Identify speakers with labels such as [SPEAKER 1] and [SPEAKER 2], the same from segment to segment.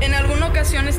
[SPEAKER 1] En alguna ocasión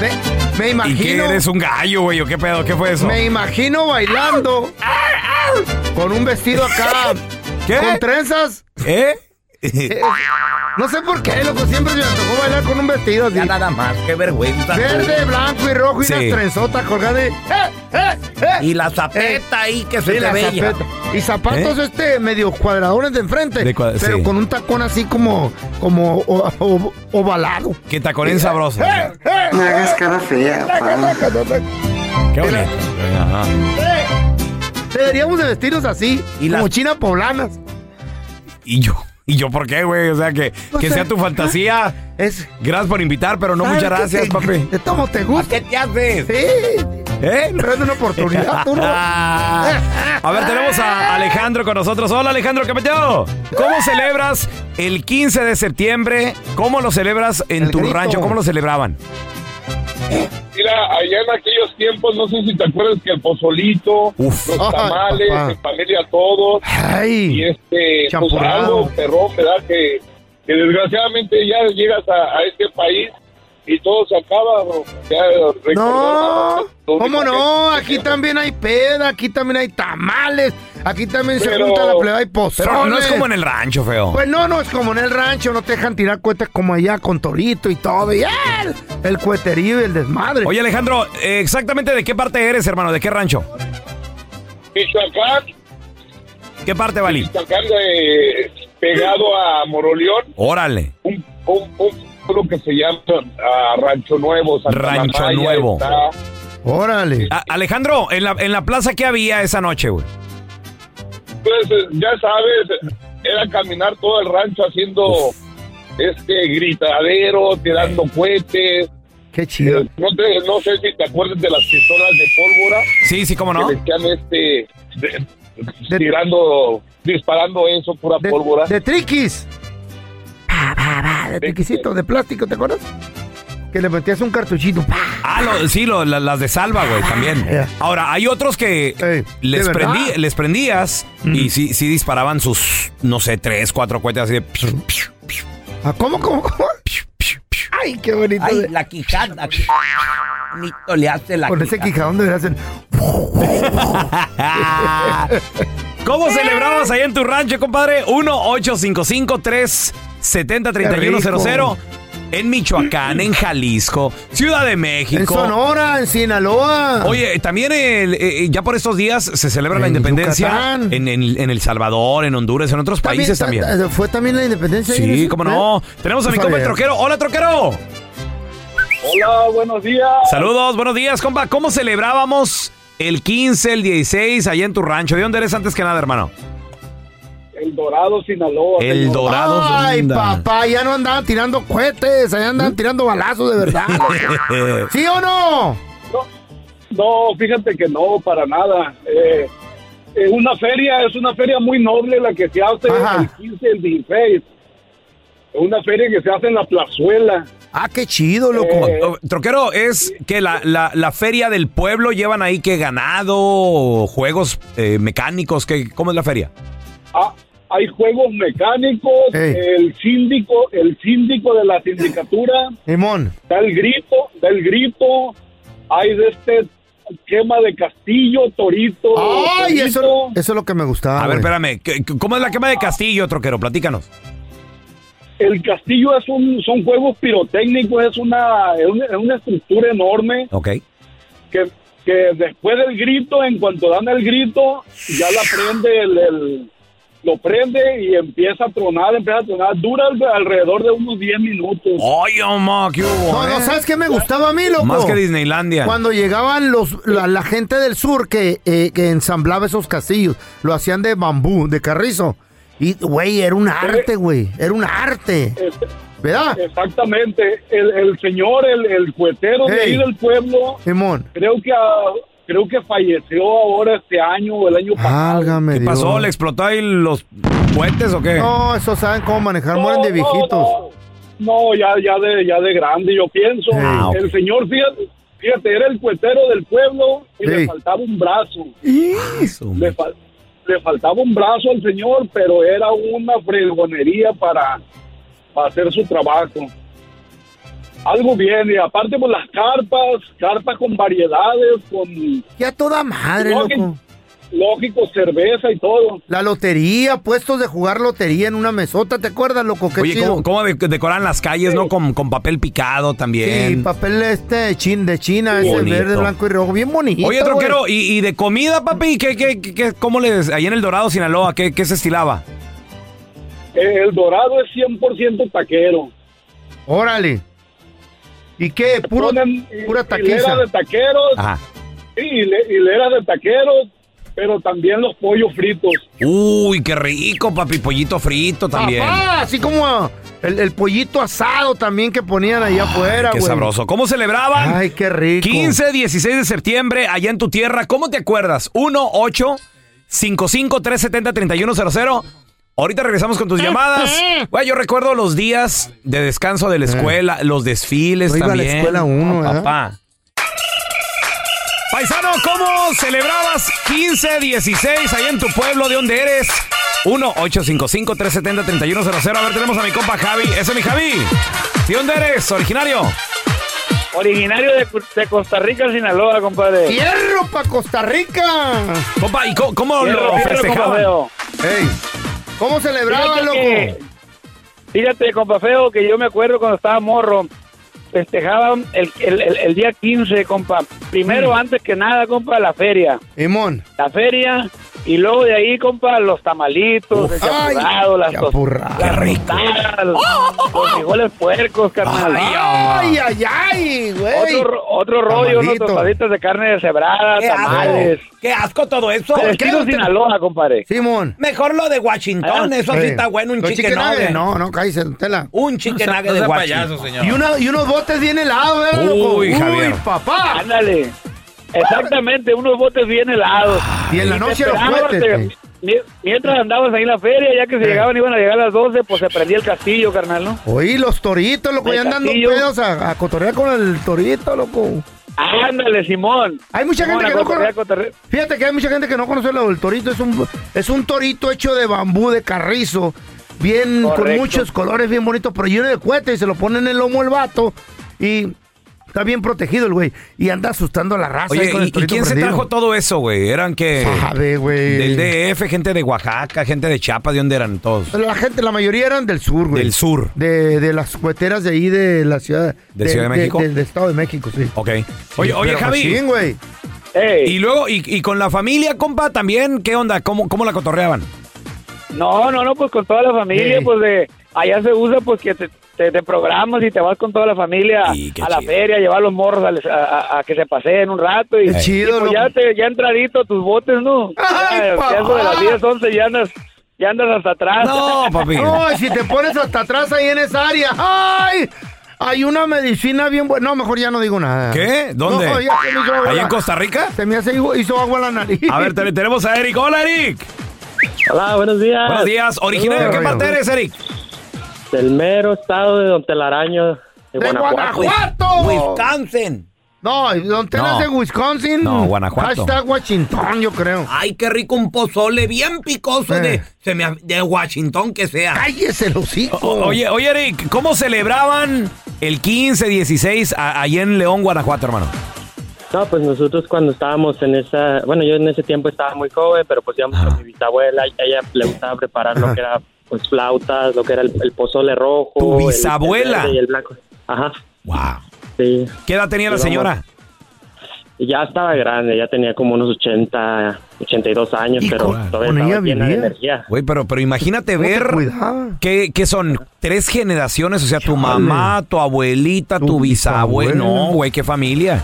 [SPEAKER 2] Me, me
[SPEAKER 3] ¿Y qué
[SPEAKER 2] imagino.
[SPEAKER 3] eres un gallo, güey? ¿O qué pedo? ¿Qué fue eso?
[SPEAKER 2] Me imagino bailando con un vestido acá.
[SPEAKER 3] ¿Qué?
[SPEAKER 2] Con trenzas.
[SPEAKER 3] ¿Eh?
[SPEAKER 2] Eh, No sé por qué, loco. Siempre se me antojó bailar con un vestido así.
[SPEAKER 4] nada más, qué vergüenza.
[SPEAKER 2] Verde, blanco y rojo y
[SPEAKER 3] Sí.
[SPEAKER 2] unas trenzotas colgadas. y- ¡Eh, eh, eh!
[SPEAKER 4] Y la zapeta ahí que se
[SPEAKER 2] Sí,
[SPEAKER 4] le
[SPEAKER 2] la
[SPEAKER 4] veía.
[SPEAKER 2] zapeta. Y
[SPEAKER 3] ¿Eh?
[SPEAKER 2] zapatos este medio cuadradones de enfrente,
[SPEAKER 3] De cua-
[SPEAKER 2] pero
[SPEAKER 3] sí.
[SPEAKER 2] con un tacón así como como o- o- ovalado.
[SPEAKER 3] Qué taconén sabroso.
[SPEAKER 2] ¡Eh, eh! Taca, taca, taca.
[SPEAKER 3] Qué bonito. Ajá.
[SPEAKER 2] Deberíamos de vestirnos así,
[SPEAKER 4] Y
[SPEAKER 2] como
[SPEAKER 4] las-
[SPEAKER 2] chinas poblanas.
[SPEAKER 3] ¿Y yo? ¿Y yo por qué, güey? O sea, que,
[SPEAKER 2] No
[SPEAKER 3] que
[SPEAKER 2] sé.
[SPEAKER 3] sea tu fantasía.
[SPEAKER 2] Es
[SPEAKER 3] Gracias por invitar, pero no muchas
[SPEAKER 2] ¿Sabes
[SPEAKER 3] gracias,
[SPEAKER 2] qué te-
[SPEAKER 3] papi.
[SPEAKER 2] De tomo te
[SPEAKER 4] ¿A
[SPEAKER 2] gusta.
[SPEAKER 4] qué te haces?
[SPEAKER 2] Sí,
[SPEAKER 3] ¿Eh?
[SPEAKER 2] pero es una oportunidad, tú no.
[SPEAKER 3] A ver, tenemos a Alejandro con nosotros. Hola, Alejandro, ¿qué peteo? ¿Cómo celebras el 15 de septiembre? ¿Cómo lo celebras en
[SPEAKER 2] El
[SPEAKER 3] tu
[SPEAKER 2] grito.
[SPEAKER 3] rancho? ¿Cómo lo celebraban?
[SPEAKER 5] Mira, allá en aquellos tiempos, no sé si te acuerdas que el pozolito,
[SPEAKER 3] Uf.
[SPEAKER 5] los
[SPEAKER 2] Ay,
[SPEAKER 5] tamales,
[SPEAKER 2] papá.
[SPEAKER 5] en familia todos, y
[SPEAKER 2] Ay,
[SPEAKER 5] este, pues
[SPEAKER 2] Champurrado.
[SPEAKER 5] algo perrón, ¿verdad? Que, que desgraciadamente ya llegas a, a este país y todo se acaba, bro. Ya recordar-
[SPEAKER 2] no.
[SPEAKER 5] lo único
[SPEAKER 2] ¿Cómo
[SPEAKER 5] que-
[SPEAKER 2] no? Aquí también hay peda, aquí también hay tamales, aquí también se
[SPEAKER 5] Pero-
[SPEAKER 2] junta la pleba y
[SPEAKER 3] Pero
[SPEAKER 2] pozoles.
[SPEAKER 3] no es como en el rancho, feo.
[SPEAKER 2] Pues no, no, es como en el rancho, no te dejan tirar cohetes como allá con torito y todo. Y el, el coheterío y el desmadre.
[SPEAKER 3] Oye, Alejandro, eh, exactamente de qué parte eres, hermano, de qué rancho.
[SPEAKER 5] Michoacán,
[SPEAKER 3] ¿Qué parte, Bali?
[SPEAKER 5] Michoacán de- pegado a Moroleón,
[SPEAKER 3] Órale.
[SPEAKER 5] un, un, un pueblo que se llama ah, Rancho Nuevo. Santa
[SPEAKER 3] Rancho
[SPEAKER 5] Mamaya,
[SPEAKER 3] Nuevo.
[SPEAKER 5] está-
[SPEAKER 2] Órale.
[SPEAKER 3] A- Alejandro, en la, en la plaza, ¿qué había esa noche, güey?
[SPEAKER 5] Pues eh, ya sabes, era caminar todo el rancho haciendo este gritadero, tirando cohetes.
[SPEAKER 2] Qué chido.
[SPEAKER 5] Eh, No, te- no sé si te acuerdas de las pistolas de pólvora
[SPEAKER 3] Sí, sí, cómo no.
[SPEAKER 5] que le echan este de-
[SPEAKER 2] De-
[SPEAKER 5] tirando, disparando eso pura
[SPEAKER 2] De,
[SPEAKER 5] pólvora.
[SPEAKER 2] de triquis. Pa, pa, pa, de triquisitos de plástico, ¿te acuerdas? Que le metías un cartuchito. pa.
[SPEAKER 3] Ah, lo- sí, lo- la- las de salva, güey, también.
[SPEAKER 2] Ya.
[SPEAKER 3] Ahora, hay otros que
[SPEAKER 2] Ey, Ah.
[SPEAKER 3] les,
[SPEAKER 2] ¿de
[SPEAKER 3] prendí-
[SPEAKER 2] verdad?
[SPEAKER 3] les prendías
[SPEAKER 2] Mm.
[SPEAKER 3] y sí, sí disparaban sus, no sé, tres, cuatro cohetes así de...
[SPEAKER 2] Ah, ¿Cómo, cómo, cómo? Ay, qué bonito.
[SPEAKER 4] Ay,
[SPEAKER 2] de-
[SPEAKER 4] la quijada. Nito le hace la
[SPEAKER 2] Con ese
[SPEAKER 4] quijada.
[SPEAKER 2] quijadón debería ser.
[SPEAKER 3] ¿Cómo celebrabas ahí en tu rancho, compadre? 1-855-370-3100.
[SPEAKER 2] Qué rico.
[SPEAKER 3] en Michoacán, en Jalisco, Ciudad de México.
[SPEAKER 2] En Sonora, en Sinaloa.
[SPEAKER 3] Oye, también el, eh, ya por estos días se celebra la
[SPEAKER 2] En
[SPEAKER 3] independencia
[SPEAKER 2] Yucatán.
[SPEAKER 3] en, en- en El Salvador, en Honduras, en otros países también.
[SPEAKER 2] ta- ta- Fue también la independencia.
[SPEAKER 3] Sí, cómo
[SPEAKER 2] ¿eh?
[SPEAKER 3] no. Tenemos a mi compa el troquero. Hola, troquero.
[SPEAKER 5] Hola, buenos días.
[SPEAKER 3] Saludos, buenos días, compa. ¿Cómo celebrábamos el 15, el 16 allá en tu rancho? ¿De dónde eres antes que nada, hermano?
[SPEAKER 5] El Dorado, Sinaloa.
[SPEAKER 3] El
[SPEAKER 5] señor.
[SPEAKER 3] Dorado,
[SPEAKER 2] Ay,
[SPEAKER 3] onda.
[SPEAKER 2] papá, ya no andaban tirando cohetes, allá
[SPEAKER 3] ¿Mm?
[SPEAKER 2] andaban tirando balazos de verdad.
[SPEAKER 3] Ah.
[SPEAKER 2] ¿Sí o no?
[SPEAKER 5] No, fíjate que no, para nada. Eh, eh, una feria, es una feria muy noble la que se hace
[SPEAKER 2] Ajá.
[SPEAKER 5] el 15 y el 16. Una feria que se hace en la plazuela. Eh,
[SPEAKER 2] Ah, qué chido,
[SPEAKER 5] loco.
[SPEAKER 3] Oh, Troquero, es que la, la- la feria del pueblo llevan ahí que ganado, juegos eh, mecánicos, que, ¿cómo es la feria?
[SPEAKER 5] Ah, hay juegos mecánicos,
[SPEAKER 3] Ey.
[SPEAKER 5] el síndico, el síndico de la sindicatura,
[SPEAKER 2] Simón.
[SPEAKER 5] da el grito, da el grito, hay de este quema de castillo, torito,
[SPEAKER 2] Ay,
[SPEAKER 5] torito.
[SPEAKER 2] eso, eso es lo que me gustaba.
[SPEAKER 3] a ver,
[SPEAKER 2] güey.
[SPEAKER 3] espérame, ¿qué- qué- ¿cómo es la quema de castillo, Troquero? Platícanos.
[SPEAKER 5] El castillo es un, son juegos pirotécnicos, es una, es una, es una estructura enorme
[SPEAKER 3] Ok.
[SPEAKER 5] que, que después del grito, en cuanto dan el grito, ya la prende el, el- lo prende y empieza a tronar, empieza a tronar, dura al- alrededor de unos 10 minutos.
[SPEAKER 3] ¡Ay, mamá! ¡Qué hubo,
[SPEAKER 2] No, no,
[SPEAKER 3] eh!
[SPEAKER 2] ¿sabes qué me gustaba a mí, loco?
[SPEAKER 3] Más que Disneylandia.
[SPEAKER 2] Cuando llegaban los la, la gente del sur que, eh, que ensamblaba esos castillos, lo hacían de bambú, de carrizo. Y, güey, era un arte, güey. Era un arte.
[SPEAKER 5] eh,
[SPEAKER 2] ¿Verdad?
[SPEAKER 5] Este, Exactamente, el, el señor, el, el cuetero de
[SPEAKER 2] Ey.
[SPEAKER 5] ahí del pueblo,
[SPEAKER 2] Simón.
[SPEAKER 5] creo que a- creo que falleció ahora este año o el año pasado.
[SPEAKER 2] Válgame
[SPEAKER 3] ¿Qué
[SPEAKER 2] Dios.
[SPEAKER 3] pasó? ¿Le explotó ahí los puentes o qué?
[SPEAKER 2] No, eso saben cómo manejar. Mueren de
[SPEAKER 5] No, no,
[SPEAKER 2] viejitos.
[SPEAKER 5] No, ya, ya, de, ya de grande, yo pienso.
[SPEAKER 3] Ah, ok.
[SPEAKER 5] El señor, fíjate, fíjate, era el cuetero del pueblo y
[SPEAKER 2] Ey.
[SPEAKER 5] le faltaba un brazo.
[SPEAKER 3] Eso.
[SPEAKER 5] Le, fal- le faltaba un brazo al señor, pero era una fregonería para, para hacer su trabajo. Algo bien, y aparte por las carpas, carpas con variedades, con
[SPEAKER 2] Ya toda madre,
[SPEAKER 5] No, que-
[SPEAKER 2] loco.
[SPEAKER 5] lógico, cerveza y todo.
[SPEAKER 2] La lotería, puestos de jugar lotería en una mesota, ¿te acuerdas, loco? Qué
[SPEAKER 3] Oye,
[SPEAKER 2] chido.
[SPEAKER 3] ¿cómo, cómo de- decoran las calles, no? Con, con papel picado
[SPEAKER 2] Sí,
[SPEAKER 3] también.
[SPEAKER 2] papel este chin de China, ese
[SPEAKER 3] Bonito.
[SPEAKER 2] verde, blanco y rojo, bien bonito.
[SPEAKER 3] Oye,
[SPEAKER 2] güey.
[SPEAKER 3] troquero, ¿y, y de comida, papi? ¿Qué, qué, qué- qué- cómo les...? Ahí en El Dorado, Sinaloa, ¿qué, qué se estilaba?
[SPEAKER 5] Eh, El dorado es 100% taquero.
[SPEAKER 2] Órale. ¿Y qué? Puro,
[SPEAKER 5] Ponen
[SPEAKER 2] pura taquiza.
[SPEAKER 5] hileras de taqueros,
[SPEAKER 3] Ajá.
[SPEAKER 5] sí, hile- hileras de taqueros, pero también los pollos fritos.
[SPEAKER 3] Uy, qué rico, papi. Pollito frito también.
[SPEAKER 2] Papá, así como el, el pollito asado también que ponían allá afuera,
[SPEAKER 3] Qué
[SPEAKER 2] güey.
[SPEAKER 3] sabroso. ¿Cómo celebraban?
[SPEAKER 2] Ay, qué rico.
[SPEAKER 3] 15, 16 de septiembre, allá en tu tierra. ¿Cómo te acuerdas? 1 8 55 370 3100 Ahorita regresamos con tus llamadas. Güey, yo recuerdo los días de descanso de la escuela, los desfiles
[SPEAKER 2] Yo Eh. iba a la
[SPEAKER 3] también.
[SPEAKER 2] escuela uno, ¿eh?
[SPEAKER 3] Ah,
[SPEAKER 2] ¿verdad?
[SPEAKER 3] papá. Paisano, ¿cómo celebrabas 15, 16 ahí en tu pueblo? ¿De dónde eres? 1-855-370-3100. A ver, tenemos a mi compa Javi. Ese es mi Javi. ¿De dónde eres? Originario.
[SPEAKER 6] Originario de, de Costa Rica, Sinaloa, compadre.
[SPEAKER 2] ¡Hierro pa' Costa Rica!
[SPEAKER 3] Compa, ¿y cómo, cómo
[SPEAKER 6] Fierro,
[SPEAKER 3] lo
[SPEAKER 6] fierro, compa
[SPEAKER 3] festejaban?
[SPEAKER 6] feo.
[SPEAKER 2] Ey, ¿Cómo celebraban, loco?
[SPEAKER 6] que- Fíjate, compa feo, que yo me acuerdo cuando estaba morro, festejaban el, el- el- el día 15, compa. Primero, antes que nada, compa, la feria.
[SPEAKER 2] Mm. Simón.
[SPEAKER 6] La feria, y luego de ahí, compa, los tamalitos, el
[SPEAKER 2] ay,
[SPEAKER 6] chapurrado, las tos-
[SPEAKER 2] chapurrado.
[SPEAKER 6] las
[SPEAKER 3] Qué rico.
[SPEAKER 6] tostadas, los frijoles puercos, carnal.
[SPEAKER 2] ¡Ay,
[SPEAKER 3] ah.
[SPEAKER 2] ay, ay, güey!
[SPEAKER 6] otro, ro- otro rollo, unos
[SPEAKER 2] Tamalito.
[SPEAKER 6] tostaditas de carne deshebrada,
[SPEAKER 4] Qué asco.
[SPEAKER 6] Ah, tamales.
[SPEAKER 4] Qué asco todo eso.
[SPEAKER 6] Al
[SPEAKER 2] qué
[SPEAKER 6] estilo
[SPEAKER 2] no te-
[SPEAKER 6] Sinaloa, compadre.
[SPEAKER 2] Simón.
[SPEAKER 4] Mejor lo de Washington,
[SPEAKER 6] Ah,
[SPEAKER 4] eso sí
[SPEAKER 2] Ey.
[SPEAKER 4] está bueno, un
[SPEAKER 2] Eh, Los
[SPEAKER 4] chicken
[SPEAKER 2] chicken
[SPEAKER 4] nugget.
[SPEAKER 2] nugget. No, no, cállese, tela.
[SPEAKER 4] Un chicken nugget de Washington.
[SPEAKER 2] Y, una- y unos botes bien helados, ¿verdad, loco?
[SPEAKER 3] Uy, Javier.
[SPEAKER 2] ¡Uy, papá!
[SPEAKER 6] Ándale. Exactamente, unos botes bien helados.
[SPEAKER 2] Ah, Y en la
[SPEAKER 6] te
[SPEAKER 2] noche los
[SPEAKER 6] esperabas,
[SPEAKER 2] cohetes,
[SPEAKER 6] te-
[SPEAKER 2] güey.
[SPEAKER 6] mi- Mientras andabas ahí en la feria, ya que se
[SPEAKER 2] Eh.
[SPEAKER 6] llegaban, iban a llegar a las 12, pues se prendía el castillo, carnal, ¿no?
[SPEAKER 2] Oí los toritos, loco,
[SPEAKER 6] De
[SPEAKER 2] ya andan dando
[SPEAKER 6] Castillo.
[SPEAKER 2] pedos a, a cotorrear con el torito, loco.
[SPEAKER 6] Ándale, Simón.
[SPEAKER 2] Hay mucha
[SPEAKER 6] Simón,
[SPEAKER 2] gente que
[SPEAKER 6] a
[SPEAKER 2] no
[SPEAKER 6] cotorrear,
[SPEAKER 2] conoce.
[SPEAKER 6] cotorrear.
[SPEAKER 2] Fíjate que hay mucha gente que no conoce lo del torito. Es un, es un torito hecho de bambú, de carrizo, bien, con
[SPEAKER 6] Correcto.
[SPEAKER 2] muchos colores, bien bonito, pero lleno de cohetes y se lo ponen en el lomo el vato. Y Está bien protegido el güey. Y anda asustando a la raza. ahí
[SPEAKER 3] Oye,
[SPEAKER 2] Ah, con
[SPEAKER 3] ¿y,
[SPEAKER 2] el
[SPEAKER 3] y
[SPEAKER 2] torito
[SPEAKER 3] quién se
[SPEAKER 2] prendido.
[SPEAKER 3] trajo todo eso, güey? Eran que.
[SPEAKER 2] Sabe, güey.
[SPEAKER 3] Del DF, gente de Oaxaca, gente de Chiapas, ¿de dónde eran todos?
[SPEAKER 2] La gente, la mayoría eran del sur, güey.
[SPEAKER 3] Del sur.
[SPEAKER 2] De, de las cueteras de ahí de la ciudad.
[SPEAKER 3] ¿De Ciudad de México?
[SPEAKER 2] Del Estado de México, sí.
[SPEAKER 3] Ok. Oye, oye,
[SPEAKER 2] pero
[SPEAKER 3] Javi.
[SPEAKER 2] machín, güey.
[SPEAKER 3] Y luego, y, y con la familia, compa, también, ¿qué onda? ¿Cómo, cómo la cotorreaban?
[SPEAKER 2] Eh.
[SPEAKER 6] No, no, no, pues con toda la familia,
[SPEAKER 3] Sí.
[SPEAKER 6] pues de allá se usa pues que te, te- te programas y te vas con toda la familia a la feria, a llevar los morros a, les- a- a- a que se paseen un rato y,
[SPEAKER 2] Qué chido,
[SPEAKER 6] y, pues,
[SPEAKER 2] loco.
[SPEAKER 6] ya, te, ya entradito a tus botes, ¿no? Ya,
[SPEAKER 2] papá.
[SPEAKER 6] ya eso de las 10, 11 ya andas, ya andas hasta atrás.
[SPEAKER 2] No, y si te pones hasta atrás ahí en esa área. ¡Ay! Hay una medicina bien buena. No, mejor ya no digo nada.
[SPEAKER 3] ¿Qué? ¿Dónde?
[SPEAKER 2] No, ya se me hizo agua
[SPEAKER 3] ¿Ahí en
[SPEAKER 2] la-
[SPEAKER 3] Costa Rica?
[SPEAKER 2] Se me hace, hizo agua la nariz.
[SPEAKER 3] A ver, te- tenemos a Eric. Hola, Eric.
[SPEAKER 7] Hola, buenos días.
[SPEAKER 3] Buenos días. Originario, ¿de qué parte eres, Eric?
[SPEAKER 7] Del mero estado de Don Telaraño, de,
[SPEAKER 2] ¡De
[SPEAKER 7] Guanajuato.
[SPEAKER 2] Guanajuato!
[SPEAKER 4] Wisconsin.
[SPEAKER 2] No, Don Tela
[SPEAKER 7] No.
[SPEAKER 2] es de Wisconsin.
[SPEAKER 7] No, Guanajuato.
[SPEAKER 2] Hashtag Washington, yo creo.
[SPEAKER 4] Ay, qué rico un pozole bien picoso
[SPEAKER 2] Eh.
[SPEAKER 4] de, se me- de Washington que sea.
[SPEAKER 2] ¡Cállese el hocico!
[SPEAKER 3] O- Oye, oye, Eric, ¿cómo celebraban el 15, 16 a- ahí en León, Guanajuato, hermano?
[SPEAKER 7] No, pues nosotros cuando estábamos en esa, bueno, yo en ese tiempo estaba muy joven, pero pues íbamos con mi bisabuela, y a ella le gustaba preparar lo que era pues flautas, lo que era el, el pozole rojo.
[SPEAKER 3] ¿Tu
[SPEAKER 7] el- el
[SPEAKER 3] bisabuela?
[SPEAKER 7] verde y el blanco. Ajá.
[SPEAKER 3] Wow.
[SPEAKER 7] Sí.
[SPEAKER 3] ¿Qué edad tenía la
[SPEAKER 7] Íbamos-
[SPEAKER 3] señora?
[SPEAKER 7] Y Ya estaba grande, ya tenía como unos 80, 82 años, pero todavía estaba llena de energía.
[SPEAKER 3] Güey, pero, pero imagínate ver que, que son tres generaciones, o sea, tu mamá, tu abuelita, tu, bisabuela.
[SPEAKER 7] bisabuela.
[SPEAKER 3] No, güey, qué familia.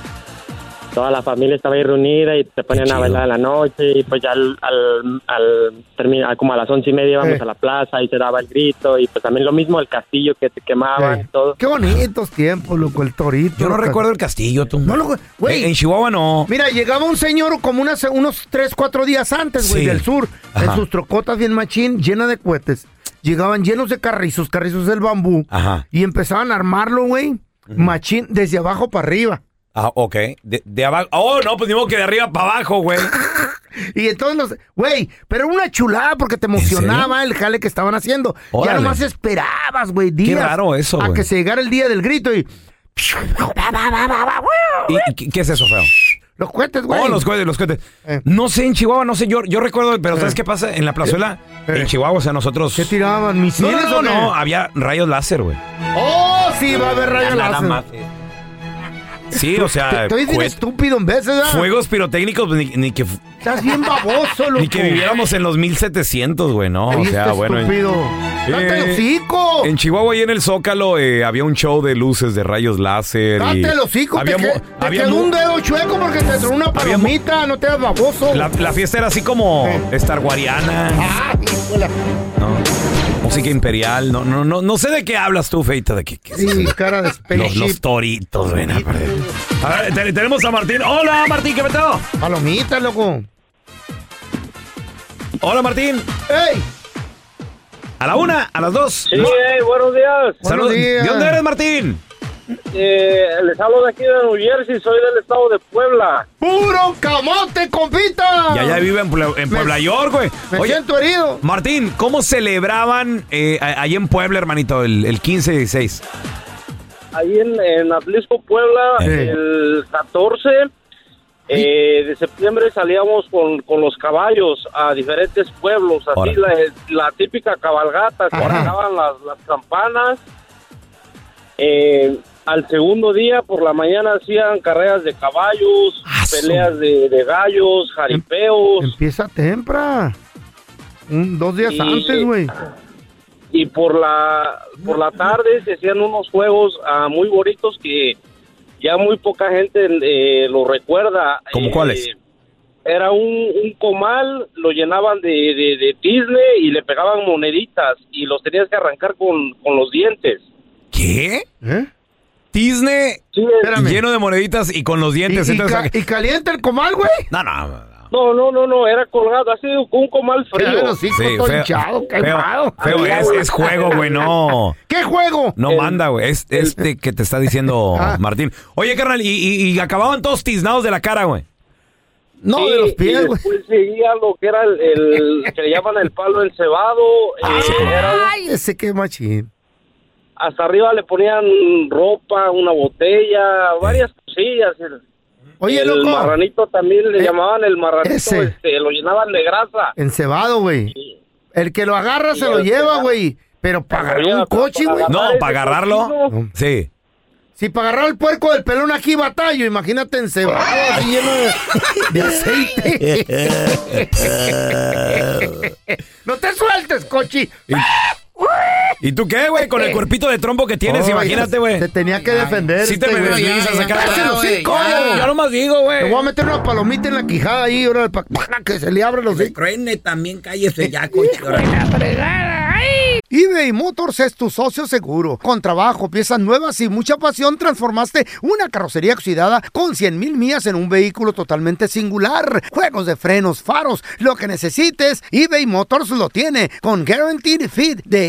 [SPEAKER 7] Toda la familia estaba ahí reunida y se ponían a bailar en la noche y pues ya al, al, al terminar, como a las once y media íbamos
[SPEAKER 2] Eh.
[SPEAKER 7] a la plaza y se daba el grito y pues también lo mismo el castillo que te quemaban,
[SPEAKER 2] Eh.
[SPEAKER 7] todo.
[SPEAKER 2] Qué bonitos tiempos, loco, el torito.
[SPEAKER 3] Yo no recuerdo el castillo, tú.
[SPEAKER 2] No lo- güey.
[SPEAKER 3] En Chihuahua no.
[SPEAKER 2] Mira, llegaba un señor como unas- unos 3, 4 días antes, güey,
[SPEAKER 3] Sí.
[SPEAKER 2] del sur, en
[SPEAKER 3] Ajá.
[SPEAKER 2] sus trocotas bien machín, llena de cohetes. Llegaban llenos de carrizos, carrizos del bambú.
[SPEAKER 3] Ajá.
[SPEAKER 2] Y empezaban a armarlo, güey, machín, desde abajo para arriba.
[SPEAKER 3] Ah, ok. De, de abajo. Oh, no, pues digo que de arriba para abajo, güey.
[SPEAKER 2] Y entonces, los- güey, pero era una chulada porque te emocionaba el jale que estaban haciendo.
[SPEAKER 3] Órale.
[SPEAKER 2] Ya nomás esperabas, güey, días.
[SPEAKER 3] raro eso,
[SPEAKER 2] A
[SPEAKER 3] güey.
[SPEAKER 2] que se llegara el día del grito y... ¡uh!
[SPEAKER 3] ¿Y, y qué- qué es eso, feo?
[SPEAKER 2] Los cohetes, güey. Eh.
[SPEAKER 3] Oh, los cohetes, los cohetes. No sé, en Chihuahua, no sé, yo, yo recuerdo, pero ¿sabes qué pasa? En la plazuela, en Chihuahua, o sea, nosotros... ¿Qué
[SPEAKER 2] Eh. tiraban? ¿Misiles
[SPEAKER 3] No, no,
[SPEAKER 2] o qué?
[SPEAKER 3] no, había rayos láser, güey.
[SPEAKER 2] ¡Oh, sí, va a haber rayos
[SPEAKER 3] Nada
[SPEAKER 2] láser!
[SPEAKER 3] más. eh. Sí, o sea,
[SPEAKER 2] Estoy bien
[SPEAKER 3] fue-
[SPEAKER 2] estúpido en veces, ¿verdad?
[SPEAKER 3] fuegos pirotécnicos, pues, ni, ni que... fu-
[SPEAKER 2] Estás bien baboso, loco.
[SPEAKER 3] Ni que viviéramos en los 1700, güey, no, o
[SPEAKER 2] Ahí
[SPEAKER 3] sea,
[SPEAKER 2] está
[SPEAKER 3] bueno... en-
[SPEAKER 2] estúpido. ¡Date el hocico!
[SPEAKER 3] En Chihuahua y en el Zócalo eh, había un show de luces, de rayos láser. y
[SPEAKER 2] ¡Date el hocico!
[SPEAKER 3] había
[SPEAKER 2] te
[SPEAKER 3] mu-
[SPEAKER 2] que- te
[SPEAKER 3] había
[SPEAKER 2] quedó
[SPEAKER 3] mu-
[SPEAKER 2] un dedo chueco porque te entró una palomita. No te hagas baboso.
[SPEAKER 3] La, la fiesta era así como Star Guariana,
[SPEAKER 2] ¡Ay, híjola!
[SPEAKER 3] música imperial. No, no, no, no sé de qué hablas tú, Feita, de qué, qué es
[SPEAKER 2] Sí,
[SPEAKER 3] eso.
[SPEAKER 2] cara de
[SPEAKER 3] Los,
[SPEAKER 2] spaceship.
[SPEAKER 3] los toritos, ven a perder. A ver, te- tenemos a Martín. Hola, Martín, ¿qué peteo?
[SPEAKER 2] Palomita, loco.
[SPEAKER 3] Hola, Martín.
[SPEAKER 2] ¡Ey!
[SPEAKER 3] A la una, a las dos.
[SPEAKER 8] Sí, hey, buenos días.
[SPEAKER 3] Saludos. ¿De dónde eres, Martín?
[SPEAKER 8] Eh, les hablo de aquí de New Jersey, soy del estado de Puebla.
[SPEAKER 2] ¡Puro camote, compita!
[SPEAKER 3] Y allá vive en, Puebla- en Puebla York, güey.
[SPEAKER 2] me siento herido.
[SPEAKER 3] Martín, ¿cómo celebraban eh, a- ahí en Puebla, hermanito, el, el 15 y 16?
[SPEAKER 8] Ahí en, en Atlisco, Puebla,
[SPEAKER 3] Eh.
[SPEAKER 8] el 14 eh, de septiembre salíamos con, con los caballos a diferentes pueblos, así la, la típica cabalgata, que tocaban las, las campanas. Eh, al segundo día por la mañana hacían carreras de caballos, peleas de, de gallos, jaripeos.
[SPEAKER 2] Empieza temprano. Un, dos días
[SPEAKER 8] Y- eh,
[SPEAKER 2] antes, güey.
[SPEAKER 8] y por la por la tarde se hacían unos juegos ah, muy bonitos que ya muy poca gente eh, lo recuerda.
[SPEAKER 3] ¿Cómo
[SPEAKER 8] Eh,
[SPEAKER 3] cuáles?
[SPEAKER 8] Era un, un comal, lo llenaban de, de, de tisne y le pegaban moneditas y los tenías que arrancar con, con los dientes.
[SPEAKER 3] ¿Qué?
[SPEAKER 2] ¿Eh?
[SPEAKER 3] Disney lleno de moneditas y con los dientes.
[SPEAKER 2] Y- y
[SPEAKER 3] entonces-
[SPEAKER 2] ca- y caliente el comal, güey.
[SPEAKER 3] No, no.
[SPEAKER 8] No, no, no, no, era colgado, ha sido un comal
[SPEAKER 2] Era el
[SPEAKER 8] frío.
[SPEAKER 2] hocico todo hinchado,
[SPEAKER 3] feo,
[SPEAKER 2] quemado.
[SPEAKER 3] feo,
[SPEAKER 2] Ay,
[SPEAKER 3] es,
[SPEAKER 2] güey.
[SPEAKER 3] es juego, güey, no.
[SPEAKER 2] ¿Qué Ah. juego?
[SPEAKER 3] No manda, güey. Es este que te está diciendo Martín. Oye, carnal, y, y- y acababan todos tiznados de la cara, güey.
[SPEAKER 2] No,
[SPEAKER 8] de los pies, güey. Después seguía lo que era el, Ah, el- que le llaman el palo encebado. eh, era un-
[SPEAKER 2] Ay, ese qué machín.
[SPEAKER 8] hasta arriba le ponían ropa, una botella, varias cosillas.
[SPEAKER 2] Oye,
[SPEAKER 8] el
[SPEAKER 2] loco.
[SPEAKER 8] marranito también le llamaban el marranito,
[SPEAKER 2] ese.
[SPEAKER 8] este, lo llenaban de grasa.
[SPEAKER 2] Encebado, güey. El que lo agarra
[SPEAKER 8] Sí,
[SPEAKER 2] se lo
[SPEAKER 8] el que
[SPEAKER 2] lleva,
[SPEAKER 8] agarra.
[SPEAKER 2] güey. Pero para agarrar un
[SPEAKER 8] pero
[SPEAKER 2] coche, güey.
[SPEAKER 8] para agarrar No, ese para agarrarlo, cochino.
[SPEAKER 3] Sí.
[SPEAKER 2] Si para agarrar el puerco del pelón aquí batallo, imagínate encebado, así lleno de, de aceite. no te sueltes, cochi.
[SPEAKER 3] ¿Y tú qué, güey? Con el cuerpito de trompo que tienes,
[SPEAKER 2] Eh. Ay,
[SPEAKER 3] imagínate, güey.
[SPEAKER 2] Te tenía que defender.
[SPEAKER 3] Sí te
[SPEAKER 2] este,
[SPEAKER 3] me
[SPEAKER 2] güey.
[SPEAKER 3] deslizas acá.
[SPEAKER 2] ¡Cállate el hocico,
[SPEAKER 3] Ya,
[SPEAKER 2] güey!
[SPEAKER 3] ya nomás digo, güey.
[SPEAKER 2] Te voy a meter una palomita en la quijada ahí, ahora, pa- para que se le abra los hocico.
[SPEAKER 4] Truene también, cállese ya, coche.
[SPEAKER 2] eBay Motors es tu socio seguro. Con trabajo, piezas nuevas y mucha pasión, transformaste una carrocería oxidada con 100.000 mil millas en un vehículo totalmente singular. Juegos de frenos, faros, lo que necesites, eBay Motors lo tiene. Con Guaranteed Fit de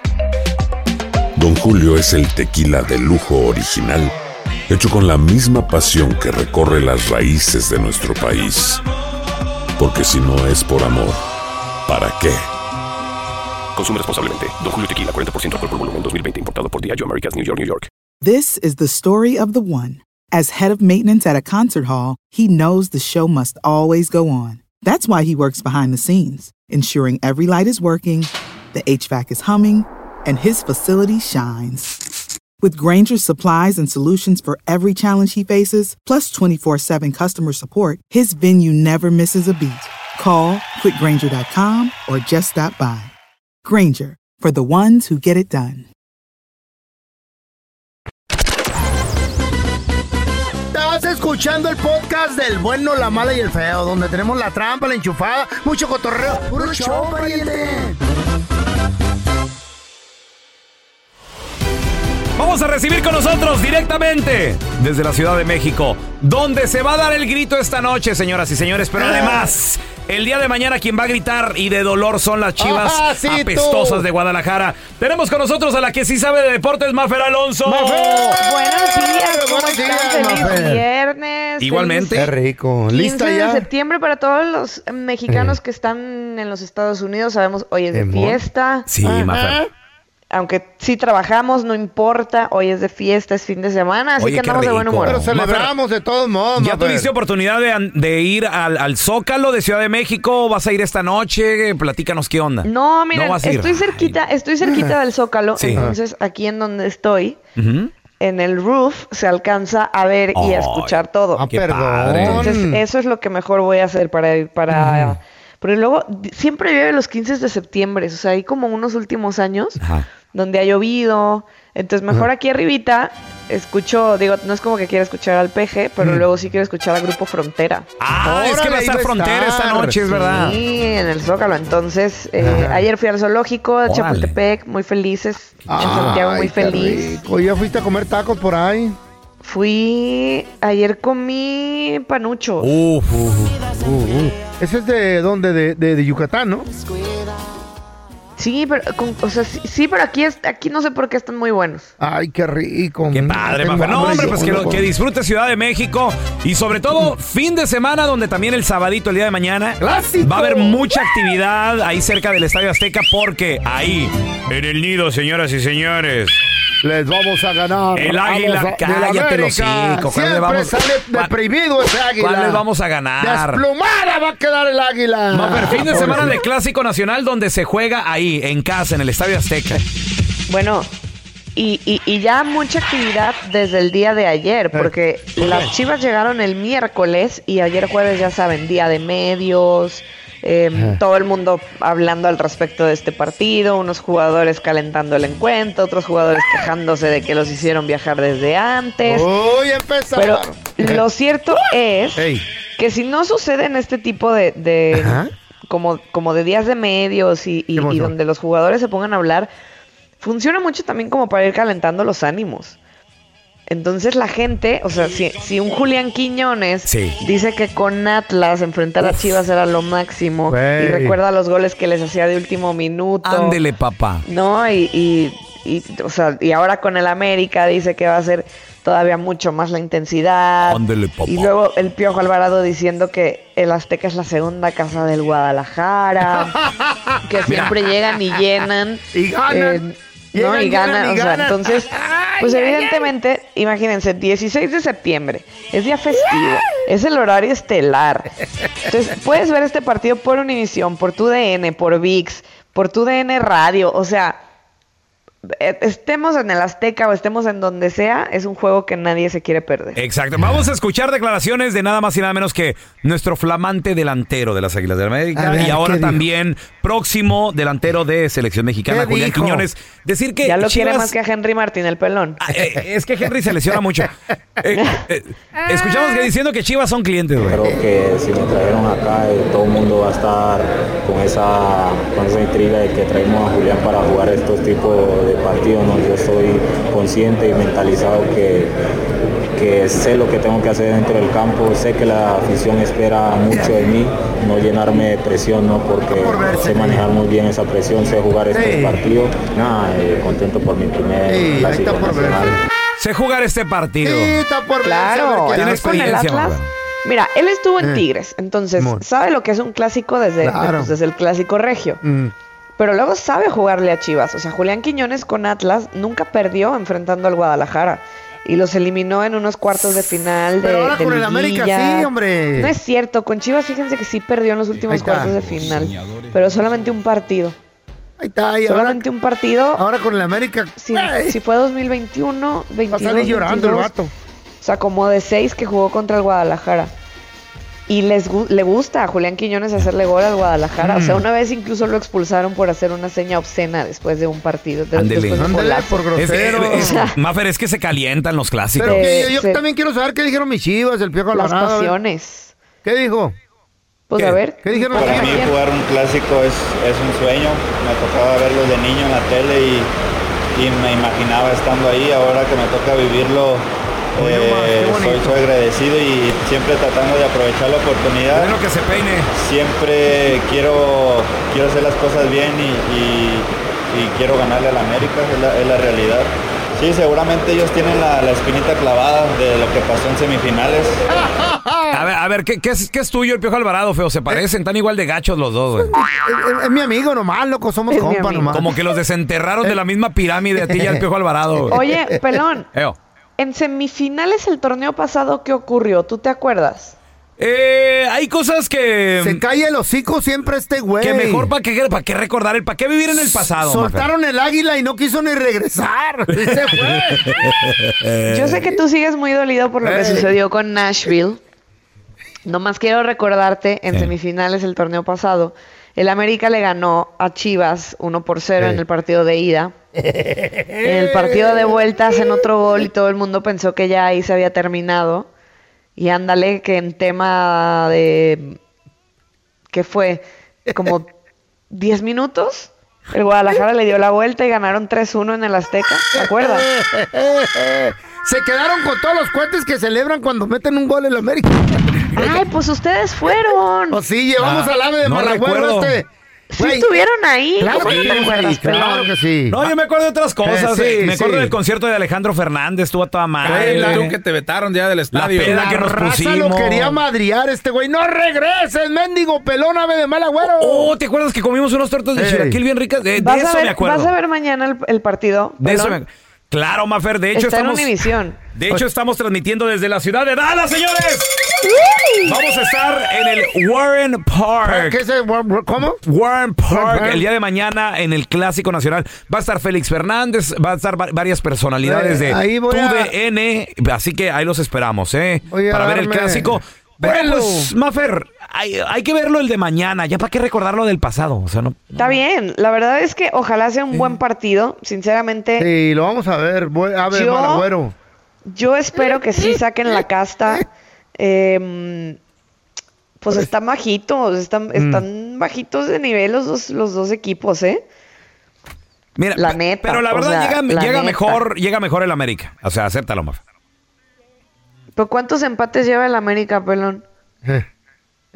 [SPEAKER 9] Don Julio es el tequila de lujo original, hecho con la misma pasión que recorre las raíces de nuestro país. Porque si no es por amor, ¿para qué?
[SPEAKER 10] Consume responsablemente. Don Julio Tequila, 40% alcohol por volumen, 2020. Importado por Diageo Americas, New York, New York.
[SPEAKER 11] This is the story of the one. As head of maintenance at a concert hall, he knows the show must always go on. That's why he works behind the scenes, ensuring every light is working, the HVAC is humming, and his facility shines. With Granger's supplies and solutions for every challenge he faces, plus 24 7 customer support, his venue never misses a beat. Call quickgranger.com or just stop by. Granger, for the ones who get it done.
[SPEAKER 2] Estás escuchando el podcast del bueno, la mala y el feo, donde tenemos la trampa, la enchufada, mucho cotorreo. ¡Puro show, pariente!
[SPEAKER 3] Vamos a recibir con nosotros directamente desde la Ciudad de México, donde se va a dar el grito esta noche, señoras y señores.
[SPEAKER 2] Ah.
[SPEAKER 3] Pero además, el día de mañana quien va a gritar y de dolor son las chivas
[SPEAKER 2] Ah, sí, tú.
[SPEAKER 3] apestosas de Guadalajara. Tenemos con nosotros a la que sí sabe de deportes, Mafer Alonso.
[SPEAKER 12] Buenos días, ¿cómo
[SPEAKER 2] Buenos
[SPEAKER 12] están?
[SPEAKER 2] días,
[SPEAKER 12] Feliz
[SPEAKER 2] Mafer.
[SPEAKER 12] viernes.
[SPEAKER 3] Igualmente.
[SPEAKER 2] Qué rico.
[SPEAKER 12] Feliz
[SPEAKER 2] ¿Lista
[SPEAKER 12] 15 de
[SPEAKER 2] ya? Eh.
[SPEAKER 12] septiembre para todos los mexicanos que están en los Estados Unidos. Sabemos, hoy es de
[SPEAKER 2] Amor.
[SPEAKER 12] fiesta.
[SPEAKER 2] Sí,
[SPEAKER 12] Ajá.
[SPEAKER 2] Mafer.
[SPEAKER 12] Aunque sí trabajamos, no importa. Hoy es de fiesta, es fin de semana, así
[SPEAKER 3] Oye,
[SPEAKER 12] que
[SPEAKER 3] qué
[SPEAKER 12] andamos de buen
[SPEAKER 3] rico.
[SPEAKER 12] humor.
[SPEAKER 3] Pero celebramos
[SPEAKER 2] de todos modos,
[SPEAKER 3] ¿Ya tuviste oportunidad de, an- de ir al, al Zócalo de Ciudad de México? ¿Vas a ir esta noche? Platícanos qué onda.
[SPEAKER 12] No, miren,
[SPEAKER 3] vas a ir.
[SPEAKER 12] estoy cerquita, estoy cerquita del Zócalo,
[SPEAKER 3] Sí.
[SPEAKER 12] entonces aquí en donde estoy,
[SPEAKER 3] Ujú.
[SPEAKER 12] en el roof se alcanza a ver y a escuchar todo.
[SPEAKER 3] Ah, qué Qué padre. padre.
[SPEAKER 12] Entonces, eso es lo que mejor voy a hacer para ir para pero luego di- siempre llueve los 15 de septiembre, o sea, hay como unos últimos años donde ha llovido, entonces mejor
[SPEAKER 2] Ajá.
[SPEAKER 12] aquí arribita escucho, digo, no es como que quiera escuchar al peje, pero
[SPEAKER 2] Mm.
[SPEAKER 12] luego sí quiero escuchar a Grupo Frontera.
[SPEAKER 3] Ah, es que va a estar frontera esta noche, es verdad.
[SPEAKER 12] Sí, en el Zócalo. Entonces, eh, ayer fui al zoológico de
[SPEAKER 2] Órale.
[SPEAKER 12] Chapultepec, muy felices.
[SPEAKER 3] Ah,
[SPEAKER 12] en Santiago, muy
[SPEAKER 2] Ay, qué
[SPEAKER 12] feliz.
[SPEAKER 2] rico. ¿Ya fuiste a comer tacos por ahí?
[SPEAKER 12] Fui. Ayer comí panucho.
[SPEAKER 3] Uf,
[SPEAKER 2] Ese es de dónde? De, de- de Yucatán, ¿no?
[SPEAKER 12] Sí, pero, con- o sea, sí, sí, pero aquí, es, aquí no sé por qué están muy buenos.
[SPEAKER 2] Ay, qué rico. Qué
[SPEAKER 3] Padre, Mafer. No, hombre, pues que, lo- que disfrute Ciudad de México y sobre todo fin de semana donde también el sabadito, el día de mañana, va a haber mucha actividad ahí cerca del Estadio Azteca porque ahí, en el nido, señoras y señores,
[SPEAKER 2] Les vamos a ganar.
[SPEAKER 3] el
[SPEAKER 2] Vamos a-
[SPEAKER 3] águila,
[SPEAKER 2] del
[SPEAKER 3] cállate los
[SPEAKER 2] América.
[SPEAKER 3] cinco,
[SPEAKER 2] Siempre sale deprimido ese águila.
[SPEAKER 3] ¿Cuál les vamos a ganar?
[SPEAKER 2] Desplumada va a quedar el águila.
[SPEAKER 3] Mafer, fin de semana de
[SPEAKER 2] Pobrecito.
[SPEAKER 3] Clásico Nacional donde se juega ahí, en casa, en el Estadio Azteca.
[SPEAKER 12] Bueno, y, y- y ya mucha actividad desde el día de ayer, porque las chivas llegaron el miércoles y ayer jueves, ya saben, día de medios, eh,
[SPEAKER 13] Ajá.
[SPEAKER 12] todo el mundo hablando al respecto de este partido, unos jugadores calentando el encuentro, otros jugadores quejándose de que los hicieron viajar desde antes.
[SPEAKER 2] Uy, empezaron.
[SPEAKER 12] Pero lo cierto es que si no suceden este tipo de, de- como, como de días de medios y, y- y
[SPEAKER 13] pasó?
[SPEAKER 12] donde los jugadores se pongan a hablar, funciona mucho también como para ir calentando los ánimos. Entonces la gente, o sea, si, si un Julián Quiñones
[SPEAKER 3] Sí.
[SPEAKER 12] dice que con Atlas enfrentar a Chivas era lo máximo
[SPEAKER 3] Güey.
[SPEAKER 12] y recuerda los goles que les hacía de último minuto.
[SPEAKER 3] Ándele, papá.
[SPEAKER 12] No, y, y, y, o sea, y ahora con el América dice que va a ser todavía mucho más la intensidad.
[SPEAKER 3] Ándele, papá.
[SPEAKER 12] Y luego el Piojo Alvarado diciendo que el Azteca es la segunda casa del Guadalajara, que siempre llegan y llenan. eh,
[SPEAKER 2] Y ganan.
[SPEAKER 12] no,
[SPEAKER 2] Llegan,
[SPEAKER 12] y
[SPEAKER 2] llenan,
[SPEAKER 12] ganan,
[SPEAKER 2] y
[SPEAKER 12] o sea,
[SPEAKER 2] ganan.
[SPEAKER 12] entonces, pues evidentemente, imagínense, 16 de septiembre, es día festivo, es el horario estelar. Entonces, puedes ver este partido por Univisión, por tu DN, por VIX, por tu DN Radio, o sea, eh, estemos en el Azteca o estemos en donde sea, es un juego que nadie se quiere perder.
[SPEAKER 3] Exacto. Vamos a escuchar declaraciones de nada más y nada menos que nuestro flamante delantero de las Águilas del América
[SPEAKER 12] A ver,
[SPEAKER 3] y ahora
[SPEAKER 12] ¿qué dijo?
[SPEAKER 3] también próximo delantero de selección mexicana,
[SPEAKER 12] ¿Qué
[SPEAKER 3] Julián
[SPEAKER 12] dijo?
[SPEAKER 3] Quiñones. Decir que
[SPEAKER 12] ya lo quiere
[SPEAKER 3] Chivas-
[SPEAKER 12] más que a Henry Martín, el pelón.
[SPEAKER 3] Eh, es que Henry se lesiona mucho. Eh, eh, escuchamos que diciendo que Chivas son clientes, güey.
[SPEAKER 13] Creo que si me trajeron acá, eh, todo el mundo va a estar con esa, con esa intriga de que traemos a Julián para jugar estos tipos de partidos. ¿no? Yo estoy consciente y mentalizado que, que sé lo que tengo que hacer dentro del campo, sé que la afición espera mucho de mí, no llenarme de presión, ¿no? porque sé manejar muy bien esa presión, sé jugar estos
[SPEAKER 3] Sí.
[SPEAKER 13] partidos. Nada, eh, contento por mi primer clásico nacional.
[SPEAKER 3] Sé jugar este partido.
[SPEAKER 12] claro,
[SPEAKER 3] Tiene
[SPEAKER 12] además con el
[SPEAKER 3] experiencia,
[SPEAKER 12] Atlas.
[SPEAKER 3] mamá.
[SPEAKER 12] Mira, él estuvo en
[SPEAKER 3] Eh.
[SPEAKER 12] Tigres, entonces
[SPEAKER 3] Mon.
[SPEAKER 12] sabe lo que es un clásico desde,
[SPEAKER 2] Claro.
[SPEAKER 12] pues, desde el clásico regio. Pero luego sabe jugarle a Chivas. O sea, Julián Quiñones con Atlas nunca perdió enfrentando al Guadalajara. Y los eliminó en unos cuartos de final de,
[SPEAKER 2] Pero ahora
[SPEAKER 12] de
[SPEAKER 2] con el América
[SPEAKER 12] liguilla.
[SPEAKER 2] sí, hombre.
[SPEAKER 12] No es cierto. Con Chivas, fíjense que sí perdió en los
[SPEAKER 2] Ahí
[SPEAKER 12] últimos
[SPEAKER 2] está.
[SPEAKER 12] cuartos de final. Pero solamente un partido.
[SPEAKER 2] Ahí está, y ahora,
[SPEAKER 12] solamente un partido.
[SPEAKER 2] ahora con el América.
[SPEAKER 12] Si, si fue 2021, 22,
[SPEAKER 2] Va a salir llorando el
[SPEAKER 12] 22,
[SPEAKER 2] vato.
[SPEAKER 12] o sea, como de seis que jugó contra el Guadalajara. Y les gu- le gusta a Julián Quiñones hacerle gol al Guadalajara. O sea,
[SPEAKER 2] Mm.
[SPEAKER 12] una vez incluso lo expulsaron por hacer una seña obscena después de un partido. de-
[SPEAKER 3] Ándele.
[SPEAKER 12] después de un golazo.
[SPEAKER 3] Es que- es- es- Maffer, es que se calientan los clásicos.
[SPEAKER 2] Pero que yo, yo también quiero saber qué dijeron mis chivas, el Piojo
[SPEAKER 12] Las
[SPEAKER 2] Alvarado. a ver.
[SPEAKER 12] pasiones.
[SPEAKER 2] ¿Qué dijo?
[SPEAKER 12] Pues a ver.
[SPEAKER 2] ¿Qué dijeron
[SPEAKER 14] Para
[SPEAKER 2] los
[SPEAKER 14] mí
[SPEAKER 2] chivas?
[SPEAKER 14] jugar un clásico es, es un sueño. Me tocaba verlo de niño en la tele y, y me imaginaba estando ahí. Ahora que me toca vivirlo, eh, soy, soy agradecido y siempre tratando de aprovechar la oportunidad.
[SPEAKER 3] Bueno, que se peine.
[SPEAKER 14] Siempre quiero, quiero hacer las cosas bien y, y- y quiero ganarle a la América, es la, es la realidad. Sí, seguramente ellos tienen la, la espinita clavada de lo que pasó en semifinales.
[SPEAKER 2] Ah,
[SPEAKER 3] A ver, a ver, ¿qué, qué es, qué es tuyo el Piojo Alvarado, feo?
[SPEAKER 2] Eh.
[SPEAKER 3] Se parecen, tan igual de gachos los dos, güey.
[SPEAKER 2] Es, es mi amigo nomás, loco, somos
[SPEAKER 12] Pues,
[SPEAKER 3] Como-
[SPEAKER 2] compas nomás.
[SPEAKER 3] Como que los desenterraron de la misma pirámide a ti y al Piojo Alvarado, güey.
[SPEAKER 12] Oye, pelón.
[SPEAKER 3] Eo.
[SPEAKER 12] En semifinales el torneo pasado, ¿qué ocurrió? ¿Tú te acuerdas?
[SPEAKER 3] Eh, hay cosas que...
[SPEAKER 2] Se calla el hocico siempre este güey.
[SPEAKER 3] Que mejor para qué, para qué recordar, el para qué vivir en el pasado.
[SPEAKER 2] Soltaron el águila y no quiso ni regresar. Y se fue.
[SPEAKER 12] Yo
[SPEAKER 15] Eh.
[SPEAKER 12] sé que tú sigues muy dolido por lo que
[SPEAKER 2] Eh.
[SPEAKER 12] sucedió con Nashville. Nomás quiero recordarte, en semifinales el torneo pasado, el América le ganó a Chivas 1 por 0 en el partido de ida. En el partido de vuelta hacen otro gol y todo el mundo pensó que ya ahí se había terminado. Y ándale, que en tema de... ¿Qué fue? Como 10 minutos. El Guadalajara le dio la vuelta y ganaron 3-1 en el Azteca. ¿Te acuerdas?
[SPEAKER 2] Se quedaron con todos los cuates que celebran cuando meten un gol en la América.
[SPEAKER 12] Ay, pues ustedes fueron.
[SPEAKER 2] Pues sí, llevamos
[SPEAKER 3] Ah,
[SPEAKER 2] al ave de
[SPEAKER 3] no recuerdo.
[SPEAKER 2] Marraguero este.
[SPEAKER 12] Sí
[SPEAKER 2] Güey.
[SPEAKER 12] estuvieron ahí.
[SPEAKER 2] Claro
[SPEAKER 12] ¿Cómo
[SPEAKER 2] que
[SPEAKER 12] no te
[SPEAKER 2] sí,
[SPEAKER 12] acuerdas,
[SPEAKER 2] claro
[SPEAKER 12] pelón?
[SPEAKER 2] que sí.
[SPEAKER 3] No, yo me acuerdo de otras cosas.
[SPEAKER 4] Eh, sí,
[SPEAKER 3] me acuerdo
[SPEAKER 4] sí.
[SPEAKER 3] del concierto de Alejandro Fernández, estuvo a toda madre.
[SPEAKER 4] Ay, tú que te vetaron ya del
[SPEAKER 3] La
[SPEAKER 4] estadio.
[SPEAKER 3] peda que nos
[SPEAKER 2] raza
[SPEAKER 3] pusimos.
[SPEAKER 2] lo quería madriar este güey. ¡No regreses, mendigo pelón, ave de mal agüero!
[SPEAKER 3] Oh, ¿te acuerdas que comimos unos tortas de
[SPEAKER 2] Ey.
[SPEAKER 3] chilaquil bien ricas? De, de
[SPEAKER 12] ¿Vas,
[SPEAKER 3] eso
[SPEAKER 12] a ver,
[SPEAKER 3] me acuerdo.
[SPEAKER 12] vas a ver mañana el, el partido.
[SPEAKER 3] De eso me
[SPEAKER 12] pelón?
[SPEAKER 3] acuerdo. Claro, Mafer, de hecho
[SPEAKER 12] Está en
[SPEAKER 3] estamos.
[SPEAKER 12] Univisión.
[SPEAKER 3] De hecho, estamos transmitiendo desde la ciudad de Dallas, señores. Vamos a estar en el Warren Park.
[SPEAKER 2] ¿Qué es el War- War- ¿Cómo?
[SPEAKER 3] Warren Park,
[SPEAKER 2] Park.
[SPEAKER 3] el día de mañana en el Clásico Nacional. Va a estar Félix Fernández, va a estar va- varias personalidades de
[SPEAKER 2] Eh, ahí voy a-
[SPEAKER 3] TUDN, así que ahí los esperamos, ¿eh?
[SPEAKER 2] Voy a
[SPEAKER 3] Para ver el
[SPEAKER 2] darme
[SPEAKER 3] Clásico. Pero,
[SPEAKER 2] vuelo.
[SPEAKER 3] pues, Mafer, hay, hay que verlo el de mañana, ya para qué recordarlo del pasado, o sea, no...
[SPEAKER 12] Está bien. La verdad es que ojalá sea un buen partido. Sinceramente,
[SPEAKER 2] Sí, lo vamos a ver, bue- ave de
[SPEAKER 12] Eh, Yo-
[SPEAKER 2] mal agüero.
[SPEAKER 12] yo espero que sí saquen la casta. Em, pues están bajitos. Están,
[SPEAKER 3] Mm.
[SPEAKER 12] están bajitos de nivel los dos, los dos equipos, ¿eh?
[SPEAKER 3] Mira,
[SPEAKER 12] La
[SPEAKER 3] pe-
[SPEAKER 12] neta,
[SPEAKER 3] Pero la
[SPEAKER 12] o
[SPEAKER 3] verdad
[SPEAKER 12] sea,
[SPEAKER 3] llega,
[SPEAKER 12] la
[SPEAKER 3] llega
[SPEAKER 12] neta.
[SPEAKER 3] mejor, llega mejor el América, o sea, acéptalo, Mafer.
[SPEAKER 12] ¿Pero cuántos empates lleva el América, pelón?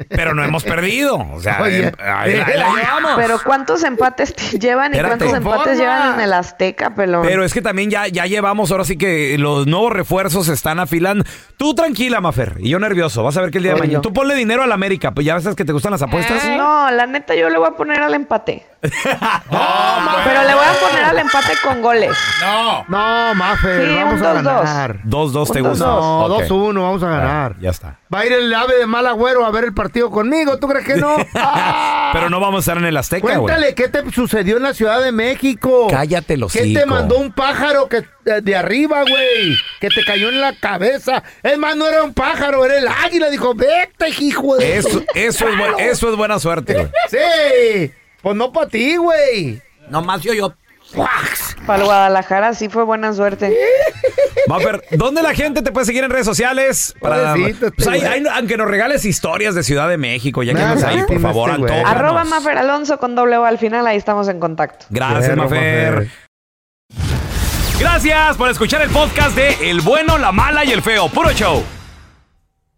[SPEAKER 3] Pero no hemos perdido. O sea, eh, ahí la- ahí la llevamos.
[SPEAKER 12] Pero ¿cuántos empates te llevan y
[SPEAKER 3] Espérate.
[SPEAKER 12] cuántos empates
[SPEAKER 3] Forma.
[SPEAKER 12] llevan en el Azteca, pelón?
[SPEAKER 3] Pero es que también ya, ya llevamos, ahora sí que los nuevos refuerzos se están afilando. Tú tranquila, Mafer, y yo nervioso. Vas a ver que el día de
[SPEAKER 12] Soy
[SPEAKER 3] mañana.
[SPEAKER 12] yo.
[SPEAKER 3] Tú ponle dinero a la América, pues ya sabes que te gustan las apuestas.
[SPEAKER 12] No, la neta yo le voy a poner al empate. Pero le voy a poner al empate con goles.
[SPEAKER 3] No.
[SPEAKER 2] No, Mafe,
[SPEAKER 12] Sí,
[SPEAKER 2] vamos
[SPEAKER 12] un
[SPEAKER 2] a
[SPEAKER 12] 2-2.
[SPEAKER 2] ganar.
[SPEAKER 3] 2-2 te
[SPEAKER 2] Un
[SPEAKER 3] gusta.
[SPEAKER 2] No,
[SPEAKER 3] Ok.
[SPEAKER 2] 2-1, vamos a ganar.
[SPEAKER 3] Ya está.
[SPEAKER 2] Va a ir el ave de mal agüero a ver el partido conmigo, ¿tú crees que no?
[SPEAKER 3] Pero no vamos a estar en el Azteca, güey.
[SPEAKER 2] Cuéntale qué te sucedió en la Ciudad de México.
[SPEAKER 3] Cállate los
[SPEAKER 2] ¿Qué te mandó un pájaro que de, de arriba, güey? Que te cayó en la cabeza. Es más, no era un pájaro, era el águila. Dijo, vete, hijo de...
[SPEAKER 3] Eso, eso, es, bu- eso es buena suerte, güey.
[SPEAKER 2] Sí, pues no para ti, güey.
[SPEAKER 3] Nomás yo, yo.
[SPEAKER 12] Para el Guadalajara sí fue buena suerte.
[SPEAKER 3] Mafer, ¿dónde la gente te puede seguir en redes sociales? Para,
[SPEAKER 12] Pobrecito este
[SPEAKER 3] Pues ahí-
[SPEAKER 12] güey.
[SPEAKER 3] ahí no- aunque nos regales historias de Ciudad de México, ya que
[SPEAKER 2] Nada,
[SPEAKER 3] andas ahí, por
[SPEAKER 2] lástima
[SPEAKER 3] favor,
[SPEAKER 2] este güey.
[SPEAKER 3] antójanos.
[SPEAKER 12] Arroba Mafer Alonso con doble O al final, ahí estamos en contacto.
[SPEAKER 3] Gracias,
[SPEAKER 2] Fierro,
[SPEAKER 3] Mafer.
[SPEAKER 2] Mafer.
[SPEAKER 3] Gracias por escuchar el podcast de El Bueno, la Mala y el Feo. Puro show.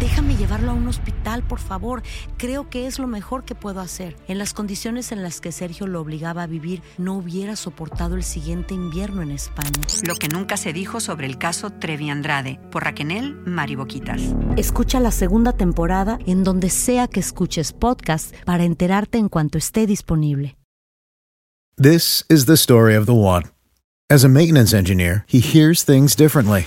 [SPEAKER 16] Déjame llevarlo a un hospital, por favor. Creo que es lo mejor que puedo hacer. En las condiciones en las que Sergio lo obligaba a vivir, no hubiera soportado el siguiente invierno en España.
[SPEAKER 17] Lo que nunca se dijo sobre el caso Trevi Andrade por Raquel Mariboquitas.
[SPEAKER 16] Escucha la segunda temporada en donde sea que escuches podcast para enterarte en cuanto esté disponible.
[SPEAKER 18] This is the story of the one. As a maintenance engineer, he hears things differently.